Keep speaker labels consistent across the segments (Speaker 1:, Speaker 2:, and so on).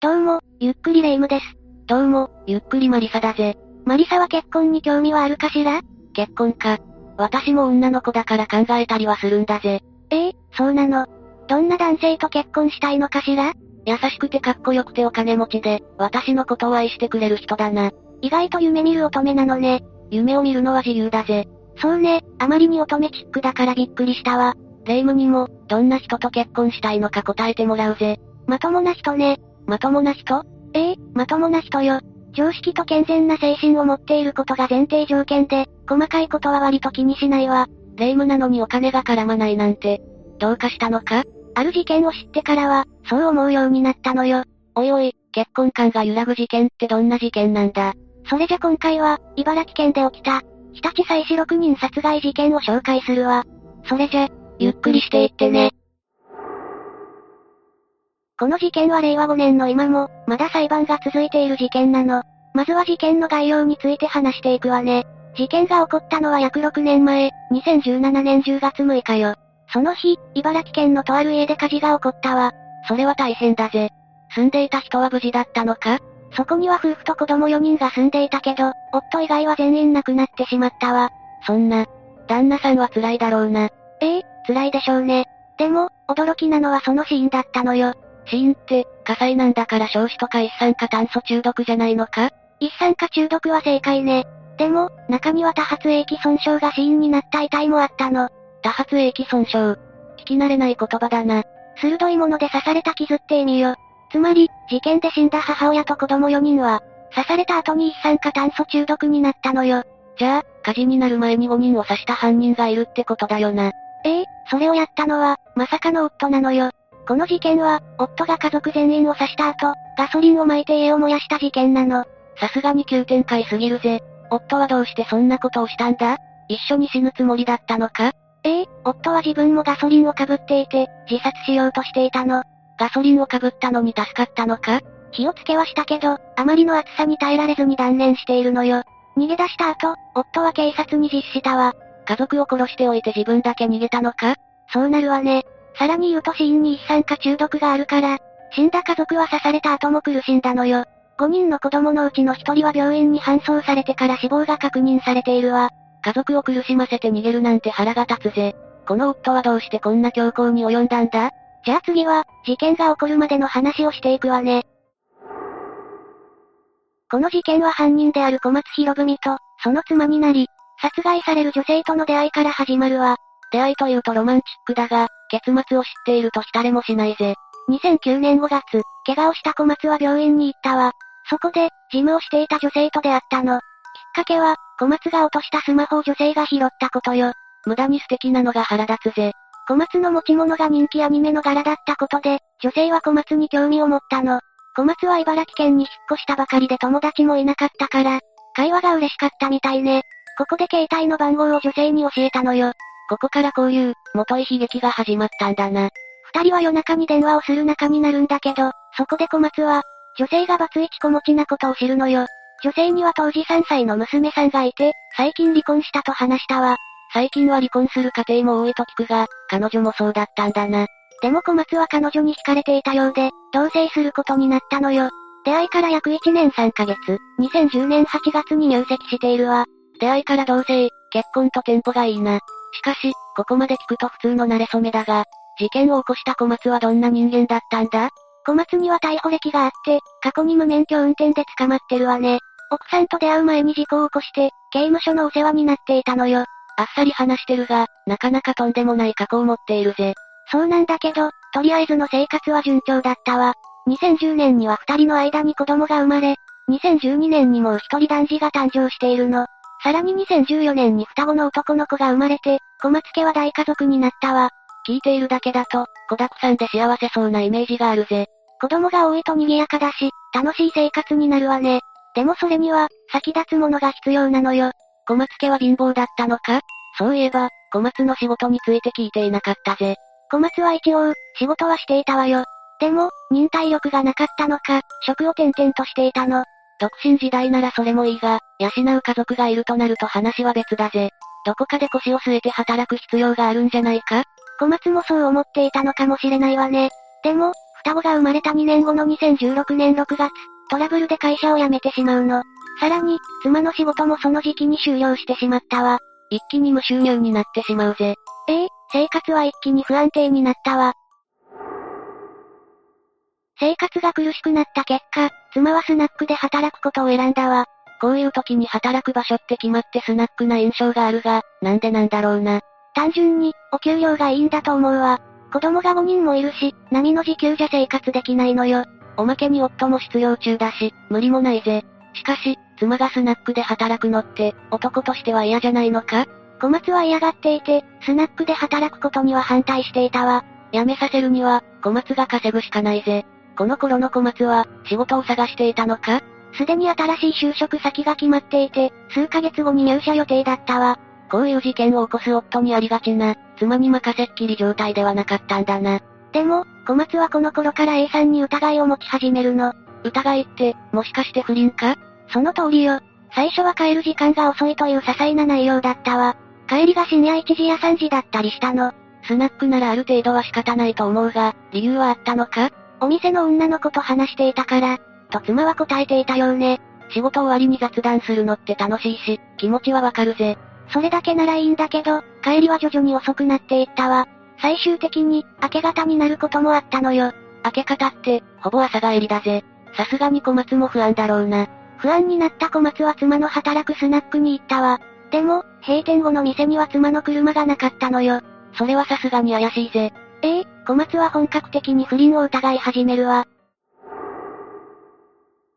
Speaker 1: どうも、ゆっくりレ夢ムです。
Speaker 2: どうも、ゆっくりマリサだぜ。
Speaker 1: マリサは結婚に興味はあるかしら
Speaker 2: 結婚か。私も女の子だから考えたりはするんだぜ。
Speaker 1: ええそうなの。どんな男性と結婚したいのかしら
Speaker 2: 優しくてかっこよくてお金持ちで、私のことを愛してくれる人だな。
Speaker 1: 意外と夢見る乙女なのね。
Speaker 2: 夢を見るのは自由だぜ。
Speaker 1: そうね、あまりに乙女チックだからびっくりしたわ。
Speaker 2: レイムにも、どんな人と結婚したいのか答えてもらうぜ。
Speaker 1: まともな人ね。
Speaker 2: まともな人
Speaker 1: ええまともな人よ。常識と健全な精神を持っていることが前提条件で、細かいことは割と気にしないわ。
Speaker 2: レイムなのにお金が絡まないなんて、どうかしたのか
Speaker 1: ある事件を知ってからは、そう思うようになったのよ。
Speaker 2: おいおい、結婚観が揺らぐ事件ってどんな事件なんだ
Speaker 1: それじゃ今回は、茨城県で起きた、日立妻子6人殺害事件を紹介するわ。それじゃ、
Speaker 2: ゆっくりしていってね。
Speaker 1: この事件は令和5年の今も、まだ裁判が続いている事件なの。まずは事件の概要について話していくわね。事件が起こったのは約6年前、2017年10月6日よ。その日、茨城県のとある家で火事が起こったわ。
Speaker 2: それは大変だぜ。住んでいた人は無事だったのか
Speaker 1: そこには夫婦と子供4人が住んでいたけど、夫以外は全員亡くなってしまったわ。
Speaker 2: そんな、旦那さんは辛いだろうな。
Speaker 1: ええ辛いでしょうね。でも、驚きなのはそのシーンだったのよ。
Speaker 2: 死因って、火災なんだから焼死とか一酸化炭素中毒じゃないのか
Speaker 1: 一酸化中毒は正解ね。でも、中には多発液損傷が死因になった遺体もあったの。
Speaker 2: 多発液損傷。聞き慣れない言葉だな。
Speaker 1: 鋭いもので刺された傷って意味よ。つまり、事件で死んだ母親と子供4人は、刺された後に一酸化炭素中毒になったのよ。
Speaker 2: じゃあ、火事になる前に5人を刺した犯人がいるってことだよな。
Speaker 1: ええそれをやったのは、まさかの夫なのよ。この事件は、夫が家族全員を刺した後、ガソリンを撒いて家を燃やした事件なの。
Speaker 2: さすがに急展開すぎるぜ。夫はどうしてそんなことをしたんだ一緒に死ぬつもりだったのか
Speaker 1: ええ夫は自分もガソリンをかぶっていて、自殺しようとしていたの。
Speaker 2: ガソリンをかぶったのに助かったのか
Speaker 1: 火をつけはしたけど、あまりの暑さに耐えられずに断念しているのよ。逃げ出した後、夫は警察に実施したわ。
Speaker 2: 家族を殺しておいて自分だけ逃げたのか
Speaker 1: そうなるわね。さらに言うと死因に一酸化中毒があるから、死んだ家族は刺された後も苦しんだのよ。5人の子供のうちの1人は病院に搬送されてから死亡が確認されているわ。
Speaker 2: 家族を苦しませて逃げるなんて腹が立つぜ。この夫はどうしてこんな強行に及んだんだ
Speaker 1: じゃあ次は、事件が起こるまでの話をしていくわね。この事件は犯人である小松博文と、その妻になり、殺害される女性との出会いから始まるわ。
Speaker 2: 出会いというとロマンチックだが、結末を知っていると浸れもしないぜ。
Speaker 1: 2009年5月、怪我をした小松は病院に行ったわ。そこで、事務をしていた女性と出会ったの。きっかけは、小松が落としたスマホを女性が拾ったことよ。
Speaker 2: 無駄に素敵なのが腹立つぜ。
Speaker 1: 小松の持ち物が人気アニメの柄だったことで、女性は小松に興味を持ったの。小松は茨城県に引っ越したばかりで友達もいなかったから、会話が嬉しかったみたいね。ここで携帯の番号を女性に教えたのよ。
Speaker 2: ここからこういう、元い悲劇が始まったんだな。
Speaker 1: 二人は夜中に電話をする仲になるんだけど、そこで小松は、女性がバツイチ子持ちなことを知るのよ。女性には当時3歳の娘さんがいて、最近離婚したと話したわ。
Speaker 2: 最近は離婚する家庭も多いと聞くが、彼女もそうだったんだな。
Speaker 1: でも小松は彼女に惹かれていたようで、同棲することになったのよ。出会いから約1年3ヶ月、2010年8月に入籍しているわ。
Speaker 2: 出会いから同棲、結婚とテンポがいいな。しかし、ここまで聞くと普通の馴れ初めだが、事件を起こした小松はどんな人間だったんだ
Speaker 1: 小松には逮捕歴があって、過去に無免許運転で捕まってるわね。奥さんと出会う前に事故を起こして、刑務所のお世話になっていたのよ。
Speaker 2: あっさり話してるが、なかなかとんでもない過去を持っているぜ。
Speaker 1: そうなんだけど、とりあえずの生活は順調だったわ。2010年には二人の間に子供が生まれ、2012年にもう一人男児が誕生しているの。さらに2014年に双子の男の子が生まれて、小松家は大家族になったわ。
Speaker 2: 聞いているだけだと、子だくさんで幸せそうなイメージがあるぜ。
Speaker 1: 子供が多いと賑やかだし、楽しい生活になるわね。でもそれには、先立つものが必要なのよ。
Speaker 2: 小松家は貧乏だったのかそういえば、小松の仕事について聞いていなかったぜ。
Speaker 1: 小松は一応、仕事はしていたわよ。でも、忍耐力がなかったのか、職を転々としていたの。
Speaker 2: 独身時代ならそれもいいが、養う家族がいるとなると話は別だぜ。どこかで腰を据えて働く必要があるんじゃないか
Speaker 1: 小松もそう思っていたのかもしれないわね。でも、双子が生まれた2年後の2016年6月、トラブルで会社を辞めてしまうの。さらに、妻の仕事もその時期に終了してしまったわ。
Speaker 2: 一気に無収入になってしまうぜ。
Speaker 1: ええ生活は一気に不安定になったわ。生活が苦しくなった結果、妻はスナックで働くことを選んだわ。
Speaker 2: こういう時に働く場所って決まってスナックな印象があるが、なんでなんだろうな。
Speaker 1: 単純に、お給料がいいんだと思うわ。子供が5人もいるし、何の時給じゃ生活できないのよ。
Speaker 2: おまけに夫も失業中だし、無理もないぜ。しかし、妻がスナックで働くのって、男としては嫌じゃないのか
Speaker 1: 小松は嫌がっていて、スナックで働くことには反対していたわ。
Speaker 2: 辞めさせるには、小松が稼ぐしかないぜ。この頃の小松は、仕事を探していたのか
Speaker 1: すでに新しい就職先が決まっていて、数ヶ月後に入社予定だったわ。
Speaker 2: こういう事件を起こす夫にありがちな、妻に任せっきり状態ではなかったんだな。
Speaker 1: でも、小松はこの頃から A さんに疑いを持ち始めるの。
Speaker 2: 疑いって、もしかして不倫か
Speaker 1: その通りよ。最初は帰る時間が遅いという些細な内容だったわ。帰りが深夜1時や3時だったりしたの。
Speaker 2: スナックならある程度は仕方ないと思うが、理由はあったのか
Speaker 1: お店の女の子と話していたから、と妻は答えていたようね。
Speaker 2: 仕事終わりに雑談するのって楽しいし、気持ちはわかるぜ。
Speaker 1: それだけならいいんだけど、帰りは徐々に遅くなっていったわ。最終的に、明け方になることもあったのよ。
Speaker 2: 明け方って、ほぼ朝帰りだぜ。さすがに小松も不安だろうな。
Speaker 1: 不安になった小松は妻の働くスナックに行ったわ。でも、閉店後の店には妻の車がなかったのよ。
Speaker 2: それはさすがに怪しいぜ。
Speaker 1: ええ小松は本格的に不倫を疑い始めるわ。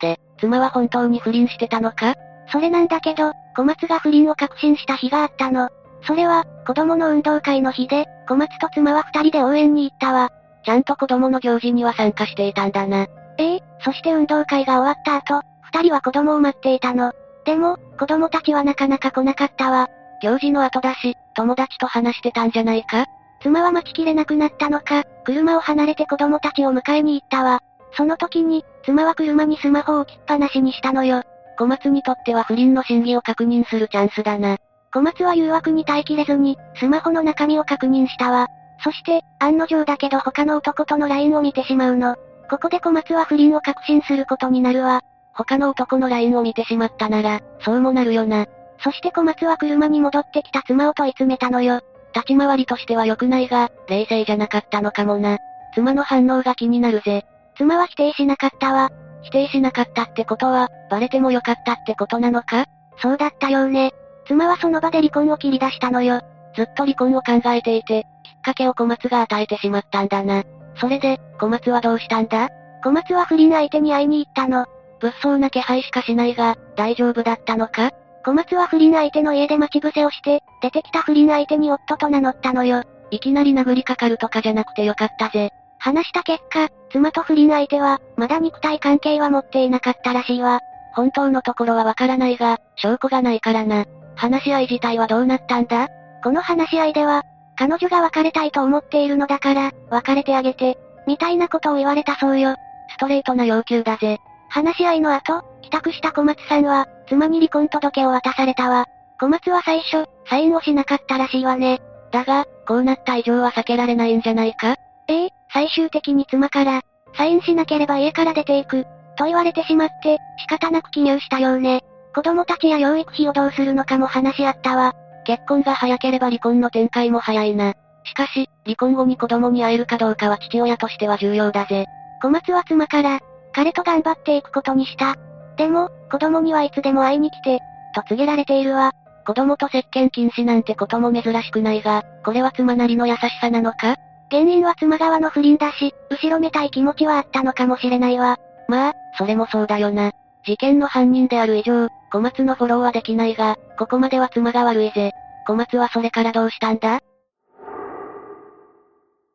Speaker 2: で、妻は本当に不倫してたのか
Speaker 1: それなんだけど、小松が不倫を確信した日があったの。それは、子供の運動会の日で、小松と妻は二人で応援に行ったわ。
Speaker 2: ちゃんと子供の行事には参加していたんだな。
Speaker 1: ええそして運動会が終わった後、二人は子供を待っていたの。でも、子供たちはなかなか来なかったわ。
Speaker 2: 行事の後だし、友達と話してたんじゃないか
Speaker 1: 妻は待ちきれなくなったのか、車を離れて子供たちを迎えに行ったわ。その時に、妻は車にスマホを置きっぱなしにしたのよ。
Speaker 2: 小松にとっては不倫の真偽を確認するチャンスだな。
Speaker 1: 小松は誘惑に耐えきれずに、スマホの中身を確認したわ。そして、案の定だけど他の男との LINE を見てしまうの。ここで小松は不倫を確信することになるわ。
Speaker 2: 他の男の LINE を見てしまったなら、そうもなるよな。
Speaker 1: そして小松は車に戻ってきた妻を問い詰めたのよ。
Speaker 2: 立ち回りとしては良くないが、冷静じゃなかったのかもな。妻の反応が気になるぜ。
Speaker 1: 妻は否定しなかったわ。
Speaker 2: 否定しなかったってことは、バレても良かったってことなのか
Speaker 1: そうだったようね。妻はその場で離婚を切り出したのよ。
Speaker 2: ずっと離婚を考えていて、きっかけを小松が与えてしまったんだな。それで、小松はどうしたんだ
Speaker 1: 小松は不倫相手に会いに行ったの。
Speaker 2: 物騒な気配しかしないが、大丈夫だったのか
Speaker 1: 小松は不倫相手の家で待ち伏せをして、出てきた不倫相手に夫と名乗ったのよ。
Speaker 2: いきなり殴りかかるとかじゃなくてよかったぜ。
Speaker 1: 話した結果、妻と不倫相手は、まだ肉体関係は持っていなかったらしいわ。
Speaker 2: 本当のところはわからないが、証拠がないからな。話し合い自体はどうなったんだ
Speaker 1: この話し合いでは、彼女が別れたいと思っているのだから、別れてあげて、みたいなことを言われたそうよ。
Speaker 2: ストレートな要求だぜ。
Speaker 1: 話し合いの後、帰宅した小松さんは、妻に離婚届を渡されたわ。小松は最初、サインをしなかったらしいわね。
Speaker 2: だが、こうなった以上は避けられないんじゃないか
Speaker 1: ええ、最終的に妻から、サインしなければ家から出ていく、と言われてしまって、仕方なく記入したようね。子供たちや養育費をどうするのかも話し合ったわ。
Speaker 2: 結婚が早ければ離婚の展開も早いな。しかし、離婚後に子供に会えるかどうかは父親としては重要だぜ。
Speaker 1: 小松は妻から、彼と頑張っていくことにした。でも、子供にはいつでも会いに来て、と告げられているわ。
Speaker 2: 子供と接見禁止なんてことも珍しくないが、これは妻なりの優しさなのか
Speaker 1: 原因は妻側の不倫だし、後ろめたい気持ちはあったのかもしれないわ。
Speaker 2: まあ、それもそうだよな。事件の犯人である以上、小松のフォローはできないが、ここまでは妻が悪いぜ。小松はそれからどうしたんだ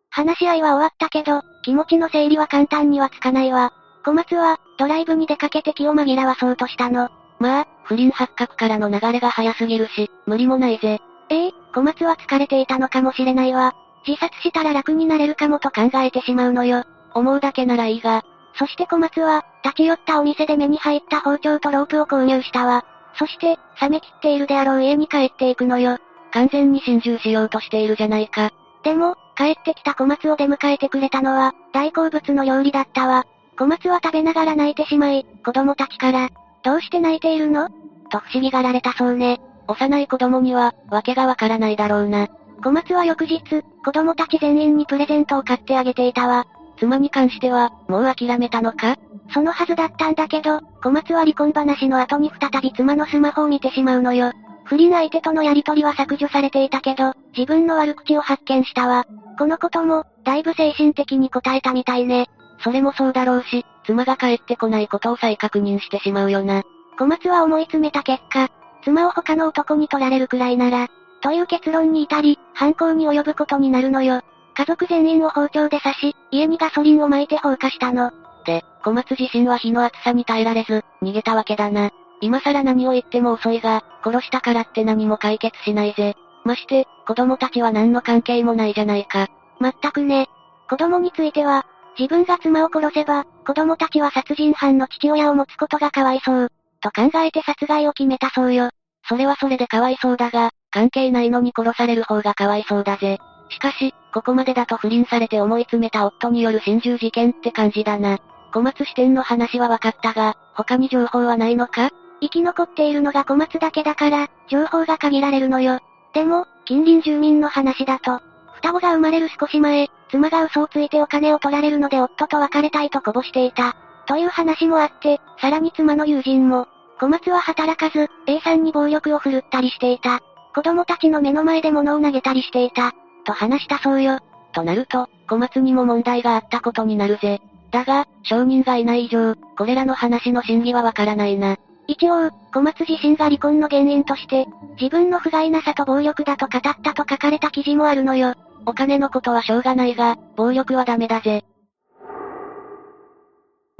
Speaker 1: 話し合いは終わったけど、気持ちの整理は簡単にはつかないわ。小松は、ドライブに出かけて気を紛らわそうとしたの。
Speaker 2: まあ、不倫発覚からの流れが早すぎるし、無理もないぜ。
Speaker 1: ええ小松は疲れていたのかもしれないわ。自殺したら楽になれるかもと考えてしまうのよ。
Speaker 2: 思うだけならいいが。
Speaker 1: そして小松は、立ち寄ったお店で目に入った包丁とロープを購入したわ。そして、冷めきっているであろう家に帰っていくのよ。
Speaker 2: 完全に心中しようとしているじゃないか。
Speaker 1: でも、帰ってきた小松を出迎えてくれたのは、大好物の料理だったわ。小松は食べながら泣いてしまい、子供たちから、どうして泣いているの
Speaker 2: と不思議がられたそうね。幼い子供には、わけがわからないだろうな。
Speaker 1: 小松は翌日、子供たち全員にプレゼントを買ってあげていたわ。
Speaker 2: 妻に関しては、もう諦めたのか
Speaker 1: そのはずだったんだけど、小松は離婚話の後に再び妻のスマホを見てしまうのよ。不倫相手とのやりとりは削除されていたけど、自分の悪口を発見したわ。このことも、だいぶ精神的に応えたみたいね。
Speaker 2: それもそうだろうし、妻が帰ってこないことを再確認してしまうよな。
Speaker 1: 小松は思い詰めた結果、妻を他の男に取られるくらいなら、という結論に至り、犯行に及ぶことになるのよ。家族全員を包丁で刺し、家にガソリンを撒いて放火したの。
Speaker 2: で、小松自身は火の熱さに耐えられず、逃げたわけだな。今更何を言っても遅いが、殺したからって何も解決しないぜ。まして、子供たちは何の関係もないじゃないか。
Speaker 1: まったくね。子供については、自分が妻を殺せば、子供たちは殺人犯の父親を持つことがかわいそう。と考えて殺害を決めたそうよ。
Speaker 2: それはそれでかわいそうだが、関係ないのに殺される方がかわいそうだぜ。しかし、ここまでだと不倫されて思い詰めた夫による心中事件って感じだな。小松視点の話は分かったが、他に情報はないのか
Speaker 1: 生き残っているのが小松だけだから、情報が限られるのよ。でも、近隣住民の話だと、双子が生まれる少し前、妻が嘘をついてお金を取られるので夫と別れたいとこぼしていた。という話もあって、さらに妻の友人も、小松は働かず、A さんに暴力を振るったりしていた。子供たちの目の前で物を投げたりしていた。と話したそうよ。
Speaker 2: となると、小松にも問題があったことになるぜ。だが、証人がいない以上、これらの話の真偽はわからないな。
Speaker 1: 一応、小松自身が離婚の原因として、自分の不甲斐なさと暴力だと語ったと書かれた記事もあるのよ。
Speaker 2: お金のことはしょうがないが、暴力はダメだぜ。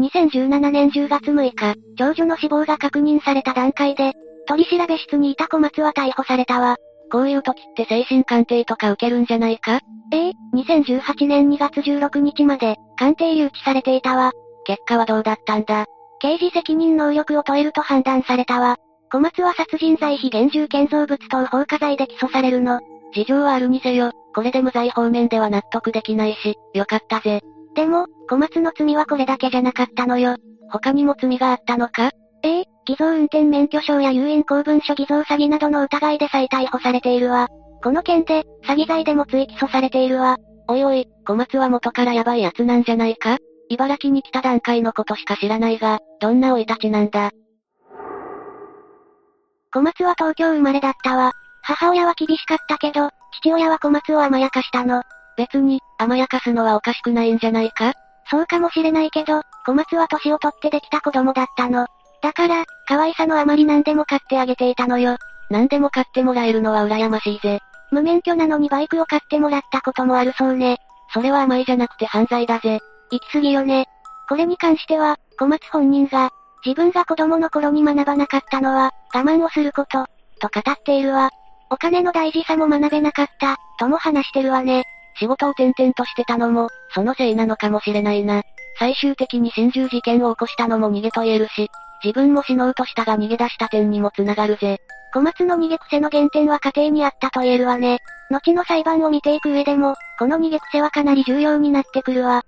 Speaker 1: 2017年10月6日、長女の死亡が確認された段階で、取り調べ室にいた小松は逮捕されたわ。
Speaker 2: こういう時って精神鑑定とか受けるんじゃないか
Speaker 1: ええ、2018年2月16日まで、鑑定誘致されていたわ。
Speaker 2: 結果はどうだったんだ
Speaker 1: 刑事責任能力を問えると判断されたわ。小松は殺人罪非現住建造物等放火罪で起訴されるの。
Speaker 2: 事情はあるにせよ、これで無罪方面では納得できないし、よかったぜ。
Speaker 1: でも、小松の罪はこれだけじゃなかったのよ。
Speaker 2: 他にも罪があったのか
Speaker 1: ええ、偽造運転免許証や有印公文書偽造詐欺などの疑いで再逮捕されているわ。この件で、詐欺罪でも追起訴されているわ。
Speaker 2: おいおい、小松は元からヤバいやつなんじゃないか茨城に来た段階のことしか知らないが、どんな老いたちなんだ。
Speaker 1: 小松は東京生まれだったわ。母親は厳しかったけど、父親は小松を甘やかしたの。
Speaker 2: 別に、甘やかすのはおかしくないんじゃないか
Speaker 1: そうかもしれないけど、小松は年を取ってできた子供だったの。だから、可愛さのあまり何でも買ってあげていたのよ。
Speaker 2: 何でも買ってもらえるのは羨ましいぜ。
Speaker 1: 無免許なのにバイクを買ってもらったこともあるそうね。
Speaker 2: それは甘いじゃなくて犯罪だぜ。
Speaker 1: 行き過ぎよね。これに関しては、小松本人が、自分が子供の頃に学ばなかったのは、我慢をすること、と語っているわ。お金の大事さも学べなかった、とも話してるわね。
Speaker 2: 仕事を転々としてたのも、そのせいなのかもしれないな。最終的に心中事件を起こしたのも逃げと言えるし、自分も死のうとしたが逃げ出した点にも繋がるぜ。
Speaker 1: 小松の逃げ癖の原点は家庭にあったと言えるわね。後の裁判を見ていく上でも、この逃げ癖はかなり重要になってくるわ。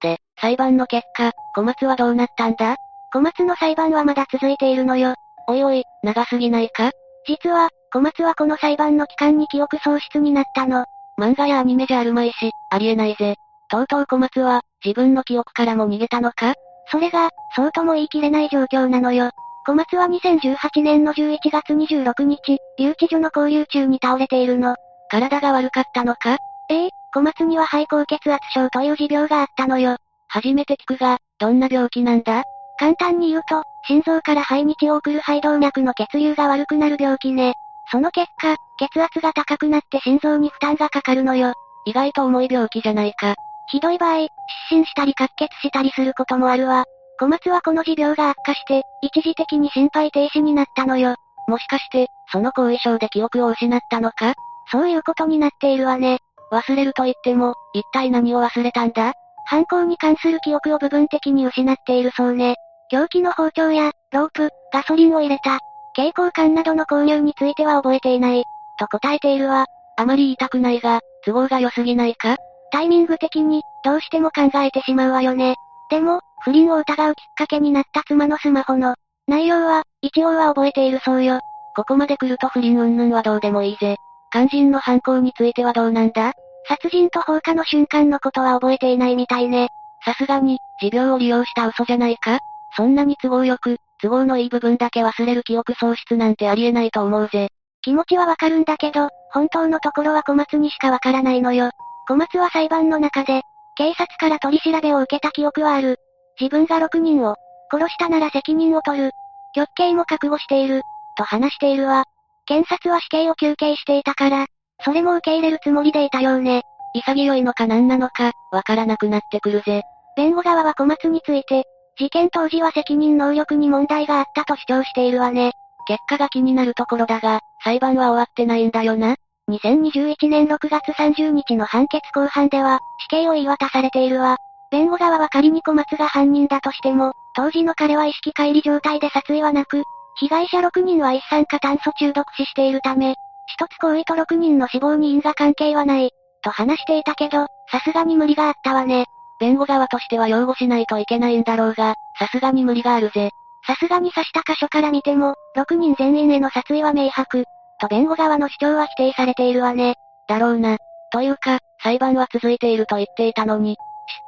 Speaker 2: で、裁判の結果、小松はどうなったんだ
Speaker 1: 小松の裁判はまだ続いているのよ。
Speaker 2: おいおい、長すぎないか
Speaker 1: 実は、小松はこの裁判の期間に記憶喪失になったの。
Speaker 2: 漫画やアニメじゃあるまいし、ありえないぜ。とうとう小松は、自分の記憶からも逃げたのか
Speaker 1: それが、そうとも言い切れない状況なのよ。小松は2018年の11月26日、留置所の交流中に倒れているの。
Speaker 2: 体が悪かったのか
Speaker 1: ええ、小松には肺高血圧症という持病があったのよ。
Speaker 2: 初めて聞くが、どんな病気なんだ
Speaker 1: 簡単に言うと、心臓から肺に血を送る肺動脈の血流が悪くなる病気ね。その結果、血圧が高くなって心臓に負担がかかるのよ。
Speaker 2: 意外と重い病気じゃないか。
Speaker 1: ひどい場合、失神したり滑血したりすることもあるわ。小松はこの持病が悪化して、一時的に心肺停止になったのよ。
Speaker 2: もしかして、その後遺症で記憶を失ったのか
Speaker 1: そういうことになっているわね。
Speaker 2: 忘れると言っても、一体何を忘れたんだ
Speaker 1: 犯行に関する記憶を部分的に失っているそうね。凶器の包丁や、ロープ、ガソリンを入れた、蛍光管などの購入については覚えていない、と答えているわ。
Speaker 2: あまり言いたくないが、都合が良すぎないか
Speaker 1: タイミング的に、どうしても考えてしまうわよね。でも、不倫を疑うきっかけになった妻のスマホの、内容は、一応は覚えているそうよ。
Speaker 2: ここまで来ると不倫云々はどうでもいいぜ。肝心の犯行についてはどうなんだ
Speaker 1: 殺人と放火の瞬間のことは覚えていないみたいね。
Speaker 2: さすがに、持病を利用した嘘じゃないかそんなに都合よく、都合のいい部分だけ忘れる記憶喪失なんてありえないと思うぜ。
Speaker 1: 気持ちはわかるんだけど、本当のところは小松にしかわからないのよ。小松は裁判の中で、警察から取り調べを受けた記憶はある。自分が6人を、殺したなら責任を取る。極刑も覚悟している。と話しているわ。検察は死刑を求刑していたから、それも受け入れるつもりでいたようね。
Speaker 2: 潔いのか何なのか、わからなくなってくるぜ。
Speaker 1: 弁護側は小松について、事件当時は責任能力に問題があったと主張しているわね。
Speaker 2: 結果が気になるところだが、裁判は終わってないんだよな。
Speaker 1: 2021年6月30日の判決公判では、死刑を言い渡されているわ。弁護側は仮に小松が犯人だとしても、当時の彼は意識乖離状態で殺意はなく、被害者6人は一酸化炭素中毒死しているため、一つ行為と6人の死亡に因果関係はない、と話していたけど、さすがに無理があったわね。
Speaker 2: 弁護側としては擁護しないといけないんだろうが、さすがに無理があるぜ。
Speaker 1: さすがに刺した箇所から見ても、6人全員への殺意は明白、と弁護側の主張は否定されているわね。
Speaker 2: だろうな。というか、裁判は続いていると言っていたのに、しっ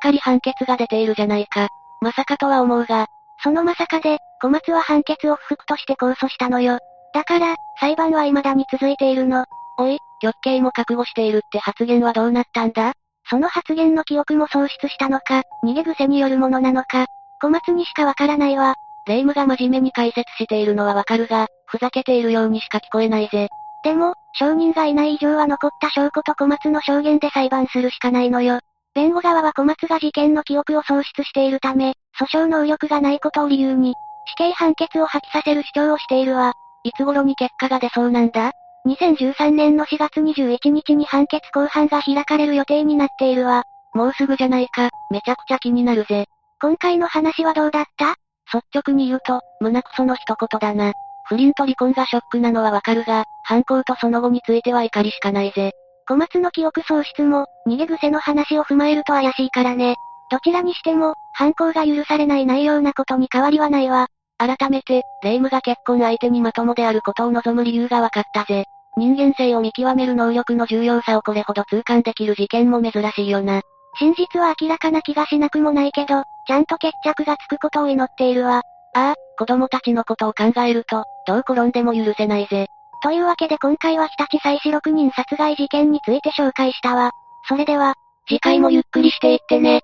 Speaker 2: かり判決が出ているじゃないか。まさかとは思うが、
Speaker 1: そのまさかで、小松は判決を不服として控訴したのよ。だから、裁判は未だに続いているの。
Speaker 2: おい、極刑も覚悟しているって発言はどうなったんだ
Speaker 1: その発言の記憶も喪失したのか、逃げ癖によるものなのか、小松にしかわからないわ。
Speaker 2: 霊夢が真面目に解説しているのはわかるが、ふざけているようにしか聞こえないぜ。
Speaker 1: でも、証人がいない以上は残った証拠と小松の証言で裁判するしかないのよ。弁護側は小松が事件の記憶を喪失しているため、訴訟能力がないことを理由に、死刑判決を破棄させる主張をしているわ。
Speaker 2: いつ頃に結果が出そうなんだ
Speaker 1: 2013年の4月21日に判決公判が開かれる予定になっているわ。
Speaker 2: もうすぐじゃないか、めちゃくちゃ気になるぜ。
Speaker 1: 今回の話はどうだった
Speaker 2: 率直に言うと、胸くその一言だな。不倫と離婚がショックなのはわかるが、犯行とその後については怒りしかないぜ。
Speaker 1: 小松の記憶喪失も、逃げ癖の話を踏まえると怪しいからね。どちらにしても、犯行が許されない内容なことに変わりはないわ。
Speaker 2: 改めて、霊夢が結婚相手にまともであることを望む理由が分かったぜ。人間性を見極める能力の重要さをこれほど痛感できる事件も珍しいよな。
Speaker 1: 真実は明らかな気がしなくもないけど、ちゃんと決着がつくことを祈っているわ。
Speaker 2: ああ、子供たちのことを考えると、どう転んでも許せないぜ。
Speaker 1: というわけで今回は日立妻子6人殺害事件について紹介したわ。それでは、
Speaker 2: 次回もゆっくりしていってね。